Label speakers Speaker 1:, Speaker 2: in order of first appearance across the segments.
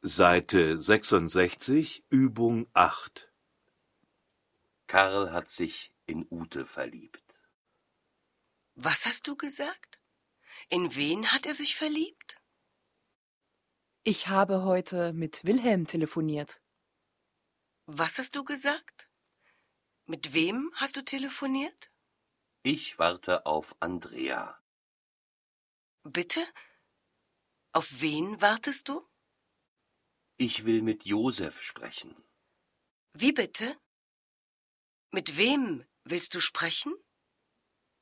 Speaker 1: Seite 66, Übung 8
Speaker 2: Karl hat sich in Ute verliebt.
Speaker 3: Was hast du gesagt? In wen hat er sich verliebt?
Speaker 4: Ich habe heute mit Wilhelm telefoniert.
Speaker 3: Was hast du gesagt? Mit wem hast du telefoniert?
Speaker 2: Ich warte auf Andrea.
Speaker 3: Bitte? Auf wen wartest du?
Speaker 2: Ich will mit Josef sprechen.
Speaker 3: Wie bitte? Mit wem willst du sprechen?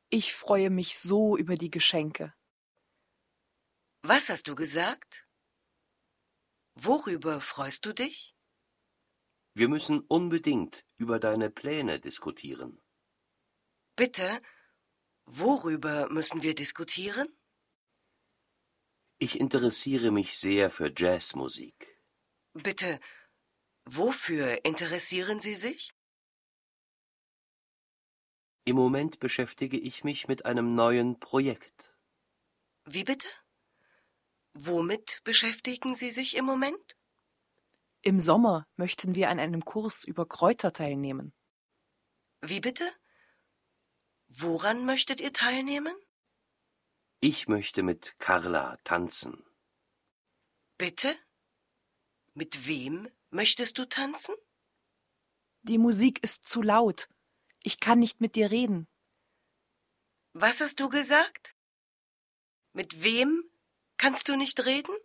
Speaker 4: Ich freue mich so über die Geschenke.
Speaker 3: Was hast du gesagt? Worüber freust du dich?
Speaker 2: Wir müssen unbedingt über deine Pläne diskutieren.
Speaker 3: Bitte, worüber müssen wir diskutieren?
Speaker 2: Ich interessiere mich sehr für Jazzmusik.
Speaker 3: Bitte, wofür interessieren Sie sich?
Speaker 2: Im Moment beschäftige ich mich mit einem neuen Projekt.
Speaker 3: Wie bitte? Womit beschäftigen Sie sich im Moment?
Speaker 4: Im Sommer möchten wir an einem Kurs über Kräuter teilnehmen.
Speaker 3: Wie bitte? Woran möchtet ihr teilnehmen?
Speaker 2: Ich möchte mit Carla tanzen.
Speaker 3: Bitte? Mit wem möchtest du tanzen?
Speaker 4: Die Musik ist zu laut. Ich kann nicht mit dir reden.
Speaker 3: Was hast du gesagt? Mit wem kannst du nicht reden?